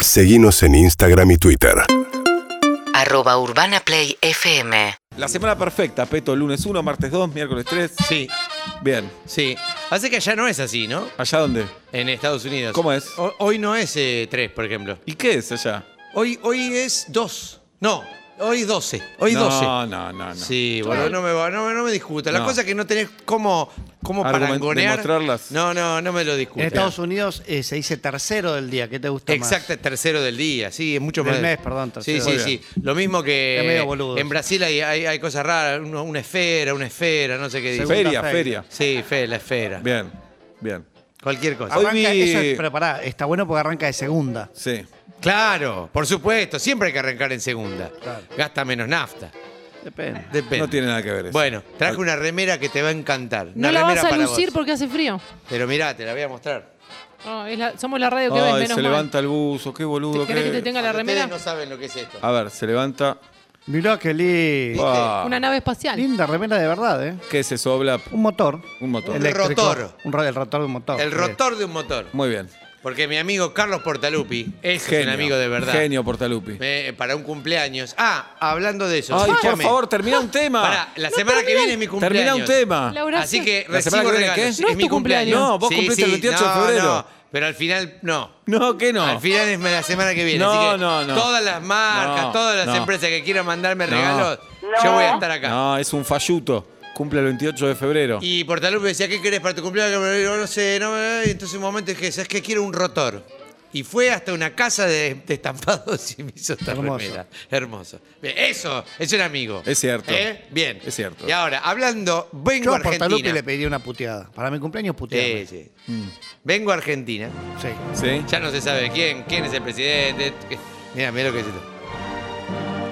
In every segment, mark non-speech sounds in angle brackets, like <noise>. Seguimos en Instagram y Twitter. Arroba Urbana Play FM. La semana perfecta, Peto, lunes 1, martes 2, miércoles 3. Sí, Bien. sí. Así que allá no es así, ¿no? ¿Allá dónde? En Estados Unidos. ¿Cómo es? Ho- hoy no es 3, por ejemplo. ¿Y qué es allá? Hoy, hoy es 2. No, hoy 12. Hoy no, 12. No, no, no. Sí, boludo, no me, va- no, me- no me discuta. La No. cosa es que no tenés cómo, cómo Argument- parangonear. demostrarlas. No, no, no me lo En discuta. Estados Unidos eh, se dice tercero del día. ¿Qué te gusta más? Exacto, tercero del día, sí, es mucho Del más. mes, perdón, tercero. Sí, Muy sí, bien. sí. Lo mismo Es que medio boludo. en Brasil hay, hay- hay cosas raras, uno- una esfera, una esfera, no sé qué dice. Segunda Feria, feria. feria. Sí, fe, la esfera. Bien, Ah, bien. Cualquier cosa. Hoy Arranca, vi- eso es- pero pará, está bueno porque arranca de segunda. Sí. Claro, por supuesto, siempre hay que arrancar en segunda. Claro. Gasta menos nafta. Depende. Depende. No tiene nada que ver eso. Bueno, traje una remera que te va a encantar. No Una la remera vas a para lucir vos. porque hace frío. Pero mirá, te la voy a mostrar. No, es la- somos la radio que ven, Ay, menos se mal. levanta el buzo, qué boludo. ¿Querés qué- que te tenga la Ustedes remera? no saben lo que es esto. A ver, se levanta. Mirá qué lindo. Ah, Una nave espacial. Linda remera de verdad, ¿eh? ¿Qué es eso, Oblap? Un motor. Un motor. El- rotor. Un ro- el rotor de un motor. El Sí. rotor de un motor. Muy bien. Porque mi amigo Carlos Portalupi, ese es un Genio. amigo de verdad. Genio Portalupi. Eh, para un cumpleaños. Ah, hablando de eso. Ay, por escúchame. favor, termina <laughs> un tema. Pará, la semana que viene es mi cumpleaños. Termina un tema. La oración. Así que ¿La semana recibo que viene regalos. qué? No es es mi tu cumpleaños. cumpleaños. No, vos cumpliste el 28 de no, febrero. no, pero al final no. No, que no. Al final es la semana que viene. No, así que no, no. Todas las marcas, No, todas las no. empresas que quieran mandarme No. regalos, yo voy a estar acá. No, es un falluto. Cumple el 28 de febrero. Y Portalupe decía, ¿qué querés para tu cumpleaños? Y yo, no sé, no, eh, y entonces un momento dije, ¿sabes qué? Quiero un rotor. Y fue hasta una casa de, de estampados y me hizo esta Hermoso. remera. Hermoso. Bien, eso, es un amigo. Es cierto. ¿Eh? Bien. Es cierto. Y ahora, hablando, vengo Yo a a Portalupi Argentina. le pediría una puteada. Para mi cumpleaños puteada. Sí, sí. Mm. Vengo a Argentina. Sí. ¿Sí? Ya no se sabe quién, quién es el presidente. Mira, mira lo que es esto.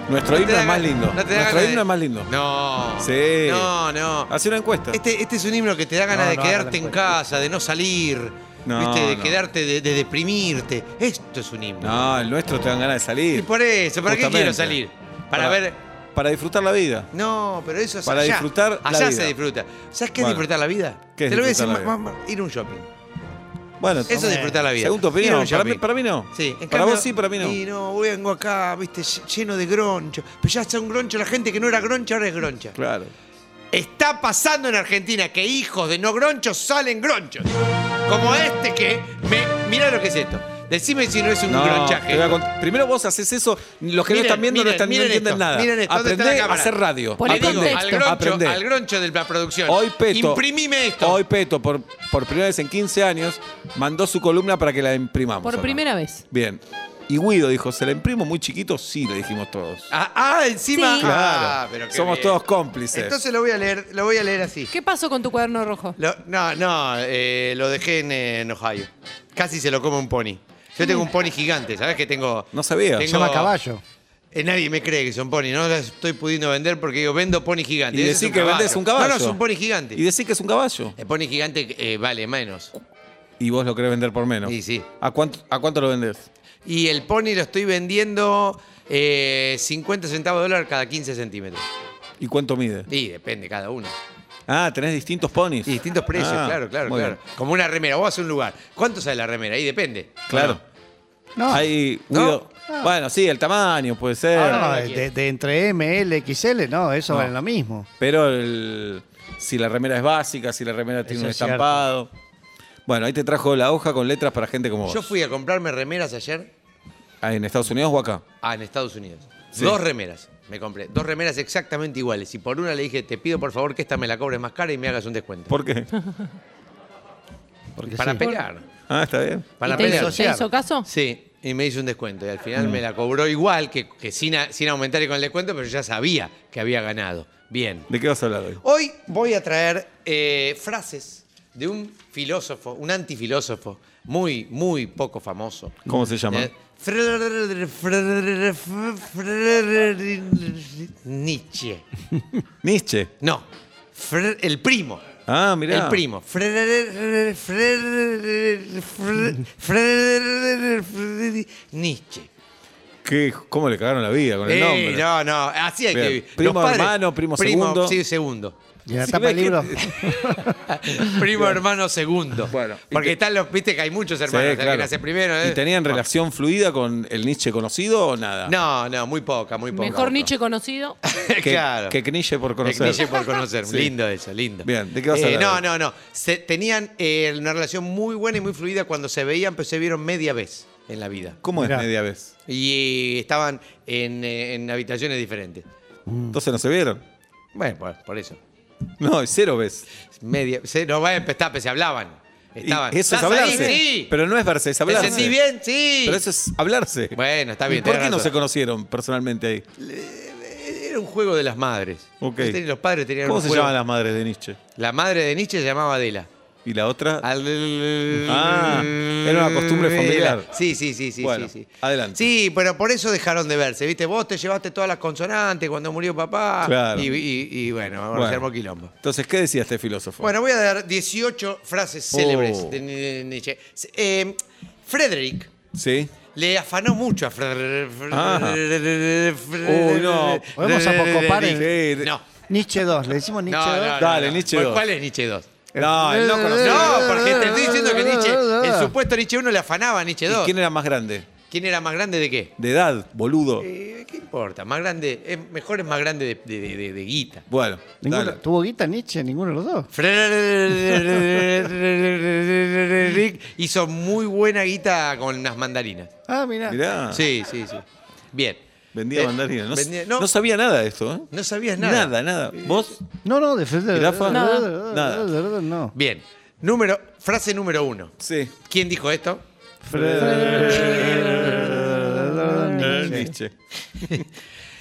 Nuestro No te himno da es más gan- lindo. no te da Nuestro ganas de- himno es más lindo. No. Sí. No, no. Hace una encuesta. Este, este es un himno que te da ganas No, de no, quedarte no, en no. casa, de no salir, No, ¿viste? de no. quedarte, de, de deprimirte. Esto es un himno. No, el nuestro te dan ganas de Y salir. por eso, ¿para qué Justamente. quiero salir? Para, ver. Para disfrutar la vida. No, pero eso es Para allá. disfrutar la Allá se vida. disfruta. ¿Sabes qué es Bueno. disfrutar la vida? ¿Qué es te lo voy a decir, disfrutar la más- más- más- ir a un shopping. Bueno, Eso es disfrutar la vida. Según tu Ir a opinión, un para mí, shopping. para mí no. Sí, para en cambio- vos sí, para mí no. Y no, vengo acá, viste, ll- lleno de groncho. Pero ya son groncho la gente que no era groncha, ahora es groncha. Claro. Está pasando en Argentina que hijos de no gronchos salen gronchos. Como este que me. Mira lo que es esto. Decime si no es un No, gronchaje. te voy a cont- Primero vos haces eso, los que no Miren, están viendo no, miren, están, no miren entienden esto, nada. miren esto, ¿dónde está la Aprende a cámara? hacer radio. Poné Le digo Aprende, al groncho, aprende. al groncho de la producción. Hoy Peto. Imprimime esto. Hoy Peto, por, por primera vez en 15 años, mandó su columna para que la imprimamos. Por acá. primera vez. Bien. Y Guido dijo, ¿se la imprimo muy chiquito? Sí, le dijimos todos. Ah, ah, encima. Sí. Ah, Claro. pero qué Somos bien. todos cómplices. Entonces lo voy a leer, lo voy a leer así. ¿Qué pasó con tu cuaderno rojo? Lo- no, no, eh, lo dejé en, eh, en Ohio. Casi se lo come un pony. Yo tengo un pony gigante, ¿sabes que tengo? No sabía. Se tengo- llama caballo. Eh, nadie me cree que son pony, no las estoy pudiendo vender porque digo, vendo pony gigante. y Ese decir es que vendés un caballo. No, no, es un pony gigante. Y decir que es un caballo. El pony gigante eh, vale menos. Y vos lo querés vender por menos. Sí, sí. ¿A cuánto, a cuánto lo vendés? Y el pony lo estoy vendiendo eh, 50 centavos de dólar cada 15 centímetros. ¿Y cuánto mide? Y depende cada uno. Ah, tenés distintos ponis. Y distintos precios, Ah, claro, claro, muy claro. bien. Como una remera, vos vas a un lugar. ¿Cuánto sale la remera? Ahí depende. Claro. No. Ahí, No. Ah, Guido- Ah. Bueno, sí, el tamaño puede ser. No, no, de, de entre M, L, XL, no, eso No. vale lo mismo. Pero el- si la remera es básica, si la remera tiene Eso un es cierto. estampado. Bueno, ahí te trajo la hoja con letras para gente como vos. Yo fui a comprarme remeras ayer Ah, ¿En Estados Unidos o acá? ah, en Estados Unidos. Sí. Dos remeras me compré. Dos remeras exactamente iguales. Y por una le dije, te pido por favor que esta me la cobres más cara y me hagas un descuento. ¿Por <laughs> qué? Porque para sí. pelear. Ah, está bien. Para ¿Y te, pelear. hizo, te hizo caso? Mm. Sí, y me hizo un descuento. Y al final me la cobró igual, que, que sin, a- sin aumentar y con el descuento, pero yo ya sabía que había ganado. Bien. ¿De qué vas a hablar hoy? Hoy voy a traer eh, frases de un filósofo, un antifilósofo, muy, muy poco famoso. ¿Cómo se llama? Eh, Nietzsche. Nietzsche. No, Fre- el primo. Ah, mirá. El primo. Fre- Fre- Fre- Fre- Nietzsche. ¿Qué- ¿Cómo le cagaron la vida con el Eh, nombre? no, no, así hay Bien. que vivir. Primo Los padres- hermano, primo segundo. <laughs> Sí, segundo. Y en la Si tapa ves <laughs> del libro. Primo, hermano, segundo. Bueno, y Porque te- están los, viste que hay muchos hermanos, Sí, el que claro. nace primero. ¿eh? ¿Y tenían relación fluida con el Nietzsche conocido o nada? No, no, muy poca, muy poca. Mejor <laughs> Nietzsche conocido. que, claro. Que Nietzsche por conocer. Nietzsche por <laughs> conocer. Sí. Lindo eso, lindo. Bien, ¿de qué vas a Eh, hablar? No, no, no. Se- tenían eh, una relación muy buena y muy fluida cuando se veían, pero se vieron media vez en la vida. ¿Cómo es Mirá. media vez? Y estaban en, eh, en habitaciones diferentes. Mm. Entonces no se vieron. Bueno, por, por eso. No, es cero vez. Media, se, no va a empezar, pero pues, se hablaban. Y Estaban. Eso es ¿Estás ahí? hablarse. Sí. Pero no es verse, es ¿Te hablarse. sentís bien? Sí. Pero eso es hablarse. Bueno, está ¿Y bien. ¿Por tenés qué no razón. se conocieron personalmente ahí? Era un juego de las madres. Ok. Viste, Los padres tenían ¿Cómo un se juego. llaman las madres de Nietzsche? La madre de Nietzsche se llamaba Adela. ¿Y la otra? Al- Ah, era una costumbre familiar. Era- Sí, sí, sí, sí, Bueno, sí, sí. adelante. Sí, pero por eso dejaron de verse, ¿viste? Vos te llevaste todas las consonantes cuando murió papá. Claro. Y, y- y bueno, ahora Bueno. se armó quilombo. Entonces, ¿qué decía este filósofo? Bueno, voy a dar 18 frases Oh. célebres de Ni- Nietzsche. Eh, Frederick ¿Sí? le afanó mucho a Frederick. Ah. Uy, no. Podemos apocopar el- No. Nietzsche 2, le decimos Nietzsche No, no, 2. no, Dale, no. Nietzsche ¿Cuál- dos. ¿Cuál es Nietzsche 2? No, él no conocía. No, porque te estoy diciendo que Nietzsche, el supuesto Nietzsche 1 le afanaba a Nietzsche ¿Y 2. quién era más grande? ¿Quién era más grande de qué? De edad, boludo. Eh, ¿Qué importa? Más grande, es, mejor es más grande de, de- de- de- de guita. Bueno, Ninguno- dale. ¿Tuvo guita Nietzsche? Ninguno de los dos. Frederick hizo muy buena guita con las mandarinas. Ah, mira. Mirá. Sí, sí, sí. Bien. Vendía Eh, mandarinas. No, vendía- no no, sabía nada de esto, ¿eh? no sabías nada. Nada, nada. ¿Vos? No, no, de Frederick. Jirafa. Nada. Nada. No. Bien. Número, frase número uno. Sí. ¿Quién dijo esto? El Nietzsche.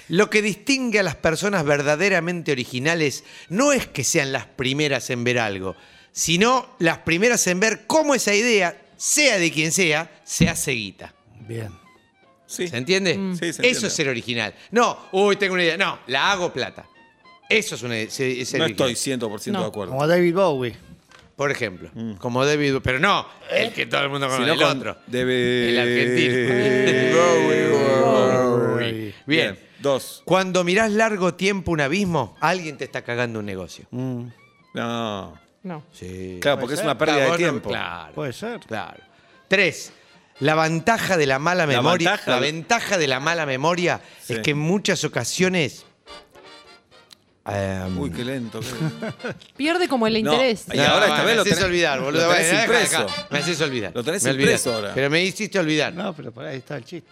Lo que distingue a las personas verdaderamente originales no es que sean las primeras en ver algo, sino las primeras en ver cómo esa idea, sea de quien sea, se hace guita. Bien. Sí. ¿Se entiende? Sí, se entiende. Eso es ser original. No, uy, tengo una idea. No, la hago plata. Eso es una se- es ser No original. estoy 100% de No. acuerdo. Como David Bowie. Por ejemplo, como David, pero no el que todo el mundo conoce, Mm. no, el con- otro. debe- El Bowie, argentino. Bowie. Bien. Dos. Cuando mirás largo tiempo un abismo, alguien te está cagando un negocio. No. No. Sí. Mm. Claro, porque es una pérdida de tiempo. Pues. Claro. Puede ser. Claro. Tres, la ventaja de la mala La memoria. ventaja. la ventaja de la mala memoria Sí. es que en muchas ocasiones. em, Uy, qué lento. qué <laughs> lento. Pierde como el No, interés. Y ahora esta vez lo me haces tenés- olvidar, boludo. lo tenés Bueno, deja de impreso. acá. Me haces olvidar. Lo tenés Me olvidé. impreso ahora. Pero me hiciste olvidar. No, pero por ahí está el chiste.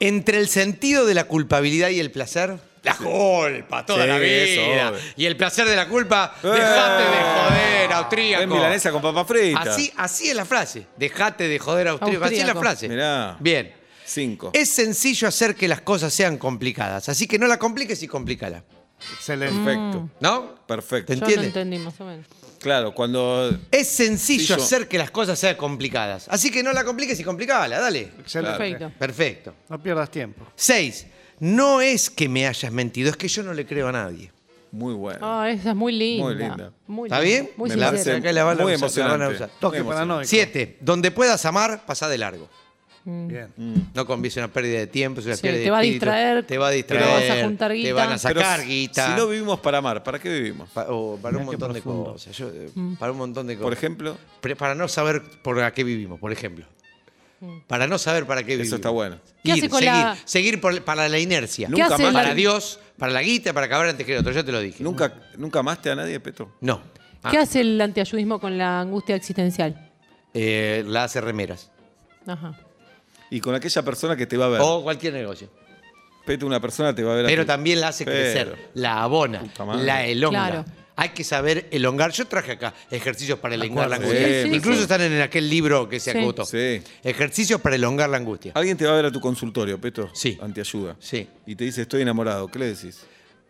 Entre el sentido de la culpabilidad y el placer. La culpa, toda Sí, la vida. eso, obvio. y el placer de la culpa. Eh. Dejate de joder, Es austríaco. milanesa con papa frita. Así, así es la frase. Dejate de joder, austríaco. Así es la Austríaco. frase. Mirá. Bien. Cinco. Es sencillo hacer que las cosas sean complicadas. Así que no la compliques y complícala. Excelente. Perfecto. ¿No? Perfecto. Ten- Yo ¿entiende? no entendí más o menos. Claro, cuando Es Sí, sencillo yo- hacer que las cosas sean complicadas. Así que no la compliques y complicala, dale. Excelente. Perfecto. Perfecto. No pierdas tiempo. Seis. No es que me hayas mentido, es que yo no le creo a nadie. Muy bueno. Ah, esa es muy linda. Muy linda. Muy ¿Está linda, bien? Muy Me la sincera. hacen- Acá la van a muy usar, la van a emocionante. usar. Toque Muy emocionante. paranoico. Siete. Donde puedas amar, pasa de largo. Bien. No conviene una pérdida de tiempo, es una Sí, pérdida te de va a espíritu, distraer, Te va a te distraer. vas a juntar Te guita. van a Pero sacar si- guita. Si no vivimos para amar, ¿para qué vivimos? Pa- o para un Mirá qué montón de profundo. cosas. Yo, eh, Mm. Para un montón de cosas. Por ejemplo, Pre- Para no saber por a qué vivimos, por ejemplo. Para no saber para qué vivimos. eso está bueno. Mm. ¿Qué Ir, hace con seguir, la- seguir por- para la inercia. ¿Qué hace más. la- Para Dios, para la guita, para acabar antes que el otro. Ya te lo dije. Nunca, nunca amaste a nadie, Petro. No. Ah, ¿Qué hace el antiayudismo con la angustia existencial? eh, la hace remeras. Ajá. Y con aquella persona que te va a ver. O cualquier negocio. Petro, una persona te va a ver. a Oh. Pero ti. también la hace Pero, crecer, la abona, Puta madre. la elonga. Claro. Hay que saber elongar. Yo traje acá ejercicios para elongar la Sí, angustia. sí, sí. Incluso están en aquel libro que se Sí. acotó. Sí. Ejercicios para elongar la angustia. Alguien te va a ver a tu consultorio, Petro. Sí. Antiayuda. Sí. Y te dice, estoy enamorado. ¿Qué le decís?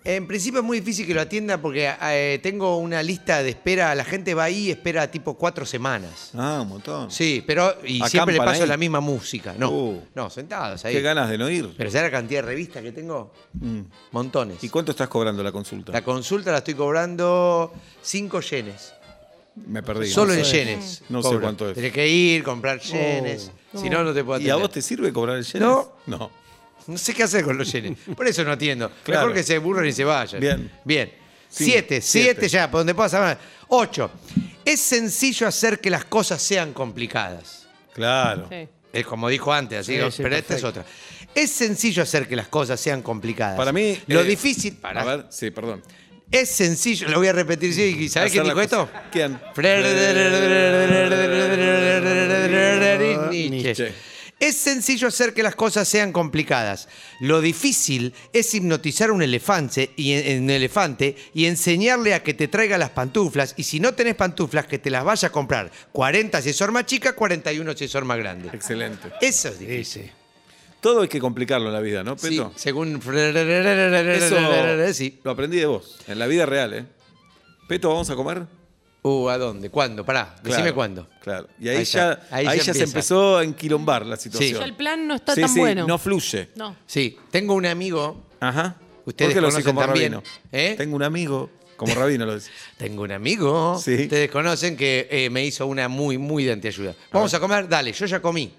En principio es muy difícil que lo atienda porque eh, tengo una lista de espera. La gente va ahí y espera tipo cuatro semanas. Ah, un montón. Sí, pero y Acampan siempre le paso ahí. la misma música. No, Uh. no, sentados ahí. Qué ganas de no ir. Pero ¿sabes la cantidad de revistas que tengo? Mm. Montones. ¿Y cuánto estás cobrando la consulta? la consulta la estoy cobrando cinco yenes. Me perdí. Solo No en sé. yenes. No sé cuánto es. Oh. Tienes que ir, comprar yenes. Si no, no te puedo ¿Y atender. a vos te sirve cobrar el yenes? No. No. <laughs> No sé qué hacer con los yenes. Por eso no atiendo. Claro. Mejor que se burlen y se vayan. Bien. Bien. Siete, siete, siete. ya, por donde pasa. Ocho. Es sencillo hacer que las cosas sean complicadas. Claro. Sí. Es como dijo antes, así, Sí, ¿no? sí, pero esta es perfecto. otra. Es sencillo hacer que las cosas sean complicadas. Para mí. Lo eh, difícil. A para- ver, sí, perdón. Es sencillo. Lo voy a repetir. Sí, ¿Sabes Hacer quién dijo la esto? cosa. ¿Quién? Nietzsche. Es sencillo hacer que las cosas sean complicadas. Lo difícil es hipnotizar a un elefante y, un elefante y enseñarle a que te traiga las pantuflas. Y si no tenés pantuflas, que te las vaya a comprar. 40 si es más chica, 41 si es más grande. Excelente. Eso es difícil. Sí, sí. Todo hay que complicarlo en la vida, ¿no, Sí, Peto? según. <laughs> Eso Sí. lo aprendí de vos, en la vida real, ¿eh? Peto, ¿vamos a comer? Uh, ¿a dónde? ¿Cuándo? Pará, decime Claro, cuándo. Claro. Y ahí, Ahí ya, está. Ahí ahí ya ya se empieza. empezó a enquilombar la situación. Ya el plan no está Sí, tan sí, bueno. No fluye. No. Sí, tengo un amigo, Ajá. Ustedes ¿Por qué lo decís conocen como también, rabino? ¿eh? Tengo un amigo, como rabino lo <laughs> decís. tengo un amigo, Sí. ustedes conocen que eh, me hizo una muy, muy de antiayuda. Vamos a comer, dale, yo ya comí.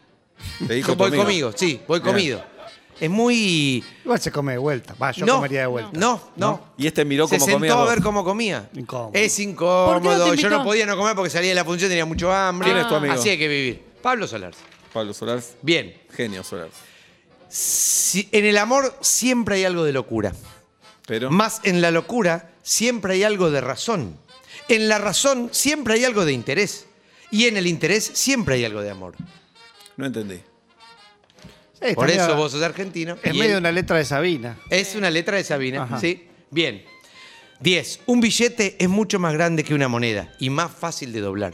Te dijo tu voy amigo. conmigo, sí, voy Bien. comido. Es muy... Igual se come de vuelta. Va, yo no, comería de vuelta. No, no. ¿No? Y este miró Se cómo sentó comía a vos. ver cómo comía. Incómodo. Es ¿Por qué no incómodo. te Yo no invitó? podía no comer porque salía de la función, tenía mucho hambre. ¿Quién es tu amigo? Así hay que vivir. Pablo Solars. Pablo Solars, Bien. genio Solars. Si- en el amor siempre hay algo de locura. Pero Más en la locura siempre hay algo de razón. En la razón siempre hay algo de interés. Y en el interés siempre hay algo de amor. no entendí. Sí, está Por medio- eso vos sos argentino. Es y medio él- una letra de Sabina. Es una letra de Sabina. Ajá. ¿sí? Bien. 10. Un billete es mucho más grande que una moneda y más fácil de doblar.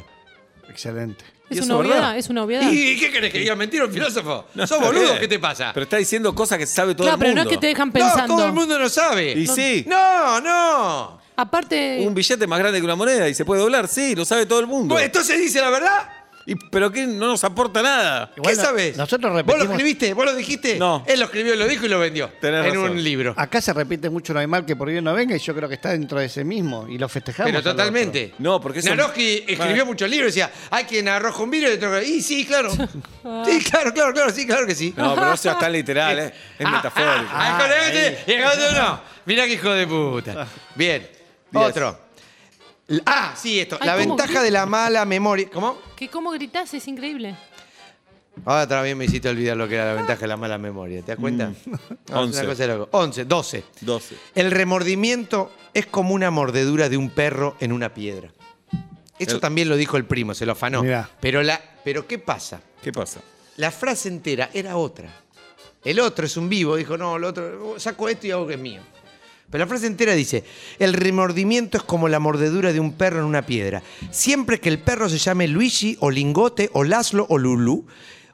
Excelente. ¿Y Es eso una es verdad? obviedad, es una obviedad. ¿Y qué querés que diga mentira un filósofo? ¿Sos Está boludo? bien. ¿Qué te pasa? Pero está diciendo cosas que sabe todo claro, el pero no mundo. es que te dejan no, pensando. todo el mundo no sabe. Y sí, No, no. Aparte, un billete más grande que una moneda y se puede doblar, sí, lo sabe todo el mundo. Bueno, entonces dice la verdad. Y- pero que no nos aporta nada. Igual ¿Qué no- sabes? nosotros ¿Vos lo repetimos- escribiste? ¿Vos lo dijiste? No. Él lo escribió, lo dijo y lo vendió. Tenés en razón. un libro. Acá se repite mucho no hay mal que por bien no venga y yo creo que está dentro de ese mismo y lo festejamos. Pero al otro. totalmente. No, porque Ah. eso- Naroski escribió Bueno. muchos libros y decía, hay quien arroja un vidrio y otro. Y sí, <laughs> claro. sí, claro, claro, claro, sí, claro que sí. No, pero no seas tan literal, <laughs> ¿eh? es metafórico. Ah, con este, y acá otro no. Mirá qué hijo de puta. Bien. Diez. Otro. L- Ah, sí, esto. Ay, la ¿cómo? ventaja de la mala memoria. ¿Cómo? que cómo gritás es increíble. Ahora también me hiciste olvidar lo que era la ventaja de la mala memoria. ¿Te das cuenta? No, es Mm. Once. una cosa de loco. Once, doce. 12. El remordimiento es como una mordedura de un perro en una piedra. Eso El- también lo dijo el primo, se lo afanó. Mirá. Pero, la, pero ¿qué pasa? ¿Qué pasa? La frase entera era otra. El otro es un vivo, dijo, no, el otro, saco esto y hago que es mío. Pero la frase entera dice, el remordimiento es como la mordedura de un perro en una piedra. Siempre que el perro se llame Luigi o Lingote o Laszlo o Lulu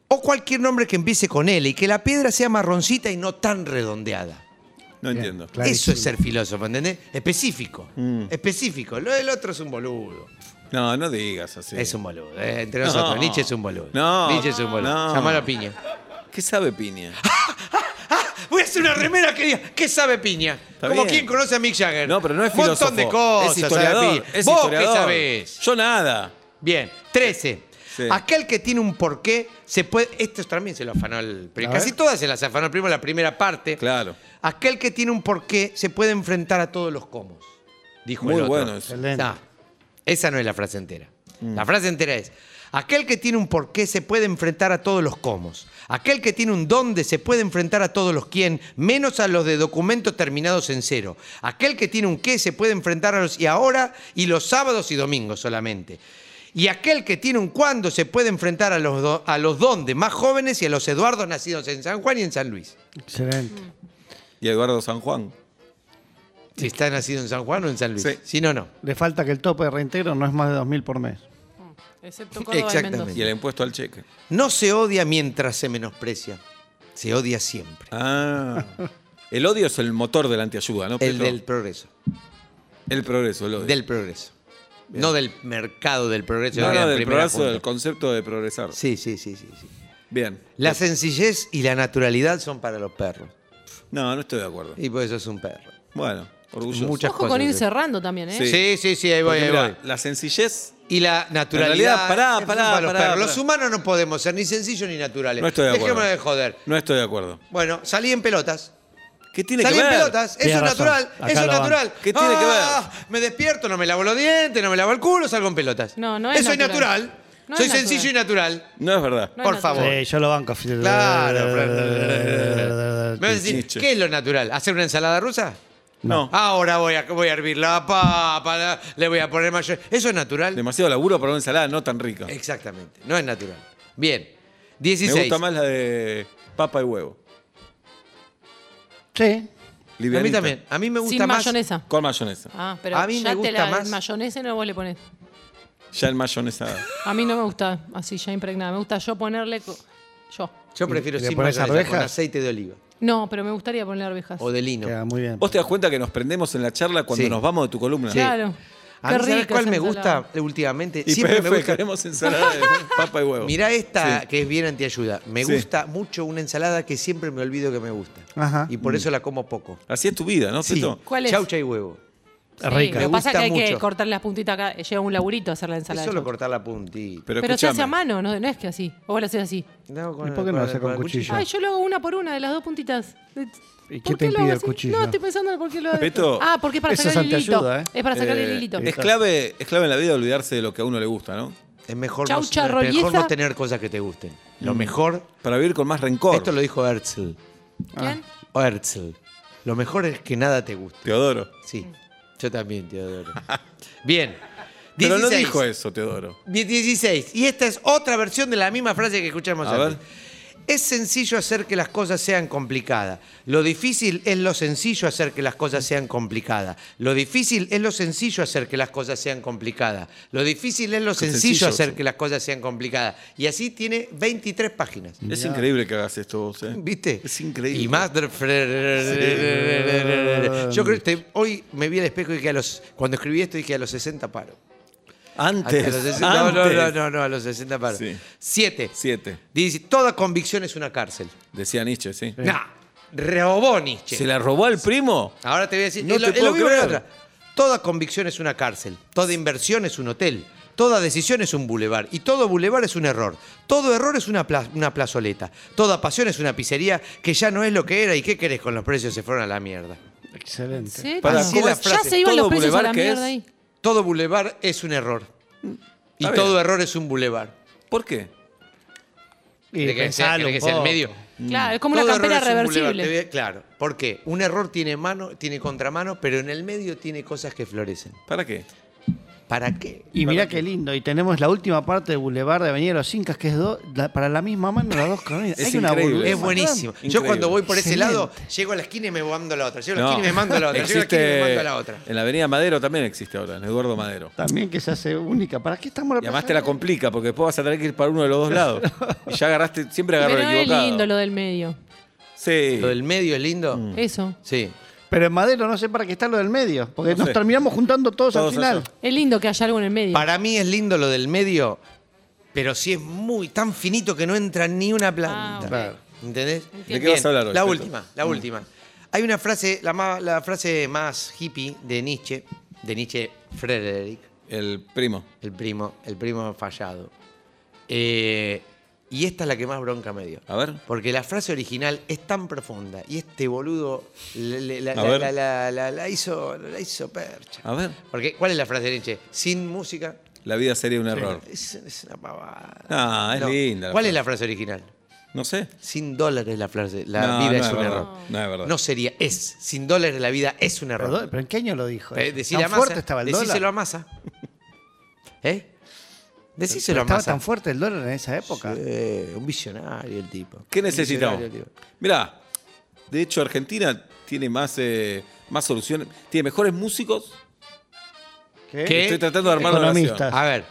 o cualquier nombre que empiece con L y que la piedra sea marroncita y no tan redondeada. No entiendo. Clarísimo. Eso es ser filósofo, ¿entendés? Específico. Específico. Lo del otro es un boludo. No, no digas así. Es un boludo. eh, entre No. nosotros, Nietzsche es un boludo. No. Nietzsche es un boludo. No. Llamalo a Piña. ¿Qué sabe Piña? ¡Ah! Voy a hacer una remera que diga, ¿qué sabe Piña? Está Como bien. quien conoce a Mick Jagger. No, pero no es Un filósofo. montón de cosas. Es historiador. sabe Piña. Es ¿Vos historiador. qué sabés? Yo nada. Bien, 13. Sí. Aquel que tiene un porqué se puede. Esto también se lo afanó el primo. A Casi ver. todas se las afanó el primo en la primera parte. Claro. Aquel que tiene un porqué se puede enfrentar a todos los cómo. Dijo Muy el otro. bueno eso. Mm. Excelente. No, esa no es la frase entera. La frase entera es, aquel que tiene un porqué se puede enfrentar a todos los cómo. Aquel que tiene un dónde se puede enfrentar a todos los quién, menos a los de documentos terminados en cero. Aquel que tiene un qué se puede enfrentar a los y ahora y los sábados y domingos solamente. Y aquel que tiene un cuándo se puede enfrentar a los, do- a los dónde más jóvenes y a los Eduardos nacidos en San Juan y en San Luis. Excelente. Y Eduardo San Juan. Si está nacido en San Juan o en San Luis. Sí. Si no, no. Le falta que el tope de reintegro no es más de 2.000 por mes. Excepto Córdoba y Exactamente. Y Mendoza. el impuesto al cheque. No se odia mientras se menosprecia. Se odia siempre. Ah. El odio es el motor de la antiayuda, ¿no? El Petro? del progreso. El progreso, el odio. Del progreso. No del mercado del progreso. no, que no, era del primera progreso, punta. del concepto de progresar. Sí, sí, sí, sí, sí. Bien. La sencillez y la naturalidad son para los perros. No, no estoy de acuerdo. Y por eso es un perro. Bueno, orgulloso. Muchas Ojo con cosas, ir sí. cerrando también, ¿eh? Sí. Sí, sí, sí, ahí voy, Porque, ahí mirá, voy. La sencillez Y la naturalidad. realidad, pará, pará, es para los pará, perros. pará. Los humanos no podemos ser ni sencillos ni naturales. No estoy de acuerdo. Dejémonos de joder. no estoy de acuerdo. Bueno, salí en pelotas. ¿Qué tiene Salí que en ver? pelotas, eso Tienes es razón, natural, acá eso es la banco. natural. ¿Qué tiene que Ah, Me despierto, no me lavo los dientes, no me lavo el culo, salgo en pelotas. No, no es Eso natural. es natural. No Soy es sencillo y natural. No es verdad. No es Por natural. favor. Sí, yo lo banco. Claro. Me vas a decir, Chiche. ¿qué es lo natural? ¿Hacer una ensalada rusa? No. Ahora voy a, voy a hervir la papa, la- le voy a poner mayor. Eso es natural. Demasiado laburo para una ensalada no tan rica. Eh, Exactamente, no es natural. Bien. Me 16. gusta más la de papa y huevo. Sí. A mí Livianita. también. A mí me gusta Sin más. mayonesa. Con mayonesa. Ah, pero A mí me ya te gusta la más- mayonesa no vos le ponés. Ya el mayonesa. A mí no me gusta así ya impregnada. Me gusta yo ponerle... co- Yo. Yo prefiero ¿Le sin pones mayonesa, con arvejas? aceite de oliva No, pero me gustaría poner arvejas. o de lino. Queda muy bien. Vos te das cuenta que nos prendemos en la charla cuando Sí. nos vamos de tu columna. Sí. Claro. A Qué mí, ¿sabés rica cuál esa me ensalada. gusta últimamente? Y Siempre me PF, gusta. queremos ensalada de papa y huevo. Mirá esta Sí. que es bien antiayuda. Me Sí. gusta mucho una ensalada que siempre me olvido que me gusta. Ajá. Y por eso la como poco. Así es tu vida, ¿no, Tito? ¿Cuál es? Chaucha y huevo. Sí, Rica. Me Lo que pasa es que hay gusta que mucho. cortar las puntitas acá. Lleva un laburito hacer la Es ensalada. solo de chaucha. cortar la puntita. Pero, pero se hace escuchame, a mano, no, no es que así. O vos lo haces así. No, ¿Y por qué no hace con el cuchillo? Ay, yo lo hago una por una de las dos puntitas. De- ¿Y ¿Por qué te lo impide hago el así? cuchillo? No, estoy pensando en por qué lo hago. Beto, ah, porque es para eso sacar es el hilito. anteayuda, ¿eh? Es para sacar eh, el hilito. Es clave, es clave en la vida olvidarse de lo que a uno le gusta, ¿no? Es mejor, Chaucha, no, mejor rolliza. no tener cosas que te gusten. Lo mejor. Para vivir con más rencor. Esto lo dijo Herzl. ¿Quién? Ah, Herzl. Lo mejor es que nada te guste. Teodoro. Mm. Sí. Yo también, Teodoro. <laughs> Bien. Pero no 16. dijo eso, Teodoro. 16. Y esta es otra versión de la misma frase que escuchamos A antes. ver. Es sencillo hacer que las cosas sean complicadas. Lo difícil es lo sencillo hacer que las cosas sean complicadas. Lo difícil es lo sencillo hacer que las cosas sean complicadas. Lo difícil es lo sencillo, sencillo, hacer sí. que las cosas sean complicadas. Y así tiene 23 páginas. Es increíble que hagas esto vos, ¿eh? ¿Viste? Mm. Es increíble. Y más. Yo creo que te- hoy me vi al espejo y dije a los. Cuando escribí esto dije a los 60 paro. Antes. A los 60 no, antes. no, no, no, no, a los 60 paro. Sí. Siete. Siete. Dice: toda convicción es una cárcel. Decía Nietzsche, sí. Nah. Robó Nietzsche. ¿Se la robó al primo? Ahora te voy a decir. No es lo- te es lo puedo mismo que la creer. otra. Toda convicción es una cárcel. Toda inversión es un hotel. Toda decisión es un bulevar. Y todo bulevar es un error. Todo error es una, pla- una plazoleta. Toda pasión es una pizzería que ya no es lo que era. ¿Y qué querés? Con los precios se fueron a la mierda. Excelente. ¿Sí? Para- Así es la ya frase. se iban Todo los precios a la bulevar que es- mierda ahí. Todo bulevar es un error. Y Mm. Está bien. todo error es un bulevar. ¿Por qué? Y Tiene que ser- pensalo tiene que un ser el poco. medio. Claro, es como una Todo campera error es un boulevard, reversible. te voy a- claro, porque un error tiene mano, tiene contramano, pero en el medio tiene cosas que florecen. ¿Para qué? ¿Para qué? Y mirá qué lindo. Y tenemos la última parte de Boulevard de Avenida de los Incas, que es do- la- para la misma mano las dos caminas. Es Hay una increíble. boludez Es acá. buenísimo. Yo Increíble. cuando voy por ese lado, llego a la esquina y me mando a la otra. Llego a la esquina y me mando a la otra. Existe- Llego a la esquina y me mando a la otra. En la Avenida Madero también existe ahora, en Eduardo Madero. También que se hace única. ¿Para qué estamos Y además te la complica porque después vas a tener que ir para uno de los dos lados. Y ya agarraste, siempre agarro Pero el es equivocado. lindo lo del medio. Sí. Mm. Lo del medio es lindo. Eso. Sí. Pero en Madero no sé para qué está lo del medio, porque No nos sé. terminamos juntando todos, Todos al final. allá. Es lindo que haya algo en el medio. Para mí es lindo lo del medio, pero si es muy tan finito que no entra ni una Ah, planta. ok. Claro. ¿Entendés? ¿De qué vas a hablar hoy? La Peto? Mm. última, la última. Hay una frase, la, ma- la frase más hippie de Nietzsche, de Nietzsche Frederick, El primo. el primo, el primo fallado. Eh, y esta es la que más bronca me dio. A ver. Porque la frase original es tan profunda y este boludo le- le- la, A la- ver. la- la- la- la hizo, la hizo percha. A ver. Porque, ¿cuál es la frase de Nietzsche? Sin música La vida sería un error. es, es una pavada. Ah, es linda la ¿Cuál frase. es la frase original? No sé. Sin dólares la frase. La No, vida no es es un verdad. error. No es verdad. No sería es. Sin dólares la vida es un error. Pero, pero ¿en qué año lo dijo? Eh, ¿Tan decile a fuerte Massa, estaba el dólar? Decíselo a masa. <laughs> ¿Eh? Decíselo a ¿Estaba masa. tan fuerte el dólar en esa época? un visionario el tipo. ¿Qué Un necesitamos? visionario el tipo. Mirá, de hecho Argentina tiene más, eh, más soluciones, tiene mejores músicos. ¿Qué? ¿Qué? Estoy tratando de armar la Economistas. oración. A ver,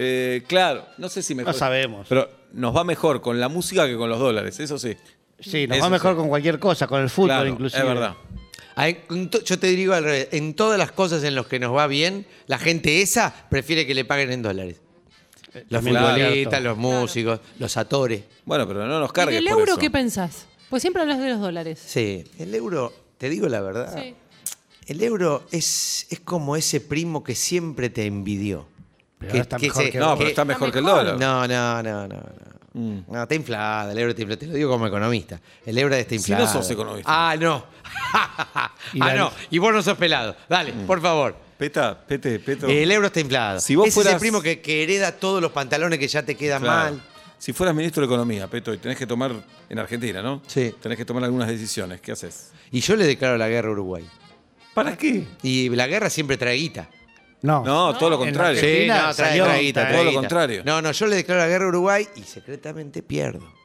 Eh, claro, no sé si mejor. No sabemos. Pero nos va mejor con la música que con los dólares, eso sí. Sí, nos Eso va mejor sí. con cualquier cosa, con el fútbol Claro, inclusive. Es verdad. hay- en to- yo te digo al revés. En todas las cosas en las que nos va bien, la gente esa prefiere que le paguen en dólares. Los Eh, también es futbolistas, cierto. los músicos, los actores. Bueno, pero no nos ¿Y cargues del por euro eso. qué pensás? Pues siempre hablas de los dólares. Sí, el euro, te digo la verdad, Sí. el euro es, es como ese primo que siempre te envidió. Pero ahora está mejor que Eh, No, pero está mejor que el dólar. No, no, no, no. no. Mm. No, está inflada, el euro está inflada. Te lo digo como economista. El euro está Si no inflado. sos economista. Ah, <laughs> no. Y ah, la- no. Y vos no sos pelado. Dale, por favor. Peta, pete, peto. El euro está inflado. Mm. Si vos es fueras- ese primo que, que hereda todos los pantalones que ya te quedan Claro. mal. Si fueras ministro de Economía, Peto, y tenés que tomar en Argentina, ¿no? Sí. Tenés que tomar algunas decisiones. ¿Qué haces? Y yo le declaro la guerra a Uruguay. ¿Para qué? Y la guerra siempre trae guita. No. No, todo lo en contrario. Argentina. Sí, no, trae, salió- trae guita, todo trae lo guita. contrario. No, no, yo le declaro la guerra a Uruguay y secretamente pierdo.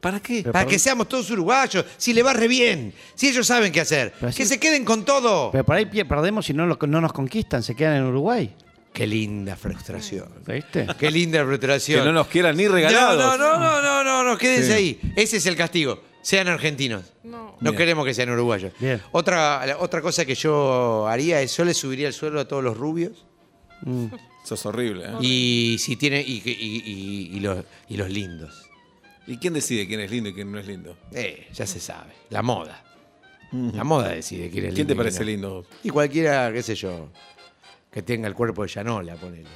¿Para qué? Pero Para por- que seamos todos uruguayos, si le va re bien, si ellos saben qué hacer, Pero que sí- se queden con todo. Pero por ahí pie- perdemos y no, lo- no nos conquistan, se quedan en Uruguay. Qué linda frustración. <laughs> ¿Viste? Qué linda frustración. Que no nos quieran ni regalados. No, no, no, no, no, no, no, quédense Sí. ahí. Ese es el castigo. Sean argentinos. No. No Bien. queremos que sean uruguayos. Bien. Otra, la- otra cosa que yo haría es yo le subiría el sueldo a todos los rubios Sos horrible. ¿eh? y si tiene y, que- y- y- y los, y los lindos. ¿Y quién decide quién es lindo y quién no es lindo? Eh, ya se sabe. La moda. La moda decide quién es ¿Quién lindo te y parece no. lindo? Y cualquiera, qué sé yo, que tenga el cuerpo de Llanola, ponele.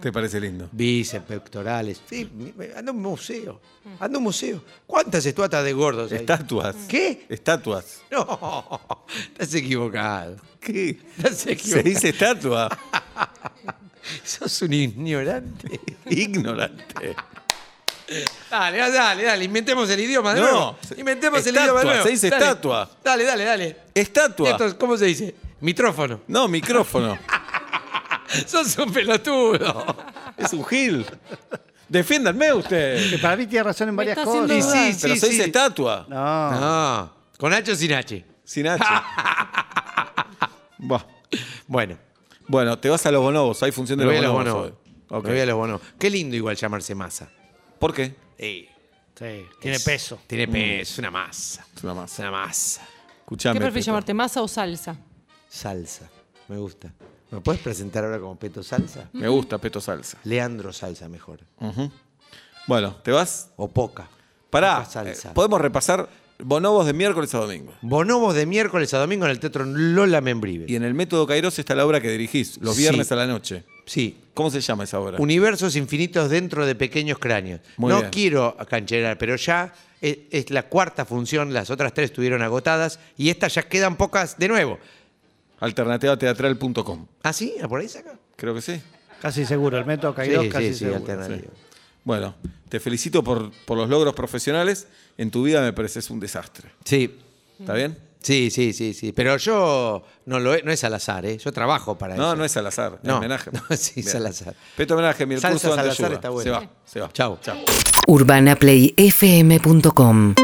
¿Te parece lindo? Bíceps, pectorales. Sí, mi- mi- anda a un museo. Anda a un museo. ¿Cuántas estatuas de gordos hay? Estatuas. ¿Qué? Estatuas. No, estás equivocado. ¿Qué? Estás Se equivocado. dice <laughs> estatua. Sos un ignorante. Ignorante. Dale, dale, dale. Inventemos el idioma de No, nuevo. se- Inventemos estatua, el idioma de nuevo. se dice Dale. estatua. Dale, dale, dale. Estatua. Esto, ¿Cómo se dice? Mitrófono. No, micrófono. <laughs> Sos un pelotudo. Es un gil. Defiéndanme Que usted. para mí tiene razón en Me varias está cosas. haciendo Y dudar. sí, Pero <laughs> sí, se dice sí. estatua. No. No. ¿Con H o sin H? Sin H. Buah. Bueno. Bueno, te vas a los bonobos. Hay función de Me voy a los los bonobos. bonobos. hoy. Ok. Me voy a los bonobos. Qué lindo igual llamarse masa. ¿Por qué? Sí, tiene Es- peso. Tiene peso, es una masa. Es una masa. Es una masa. Escuchame. ¿Qué prefieres Peto. llamarte, masa o salsa? Salsa. Me gusta. ¿Me puedes presentar ahora como Peto Salsa? Me gusta Peto Salsa. Leandro Salsa mejor. Bueno, ¿te vas? O poca. Pará. Poca salsa. Eh, podemos repasar bonobos de miércoles a domingo. Bonobos de miércoles a domingo en el Teatro Lola Membrive. Y en el método Kairos está la obra que dirigís, los Sí. viernes a la noche. Sí. ¿Cómo se llama esa obra? Universos infinitos dentro de pequeños cráneos. Muy no bien. quiero cancherar, pero ya es, es la cuarta función, las otras tres estuvieron agotadas y estas ya quedan pocas de nuevo. Alternativateatral.com. ¿Ah, sí? ¿Ah, ¿Por ahí saca? Creo que sí. Casi seguro. El método Kairos Sí, casi sí, sí, seguro. alternativo. Bueno, te felicito por, por los logros profesionales. En tu vida me pareces un desastre. Sí. ¿Está bien? Sí, sí, sí, sí. Pero yo no lo he- no es al azar, ¿eh? Yo trabajo para eso. No, no es al azar, es No. homenaje. <laughs> No, sí, es Bien. al azar. Peto homenaje, mi Salsa curso de Salazar Andayuba. está bueno. Se va, se va. Chau. Chau. urbanaplayfm.com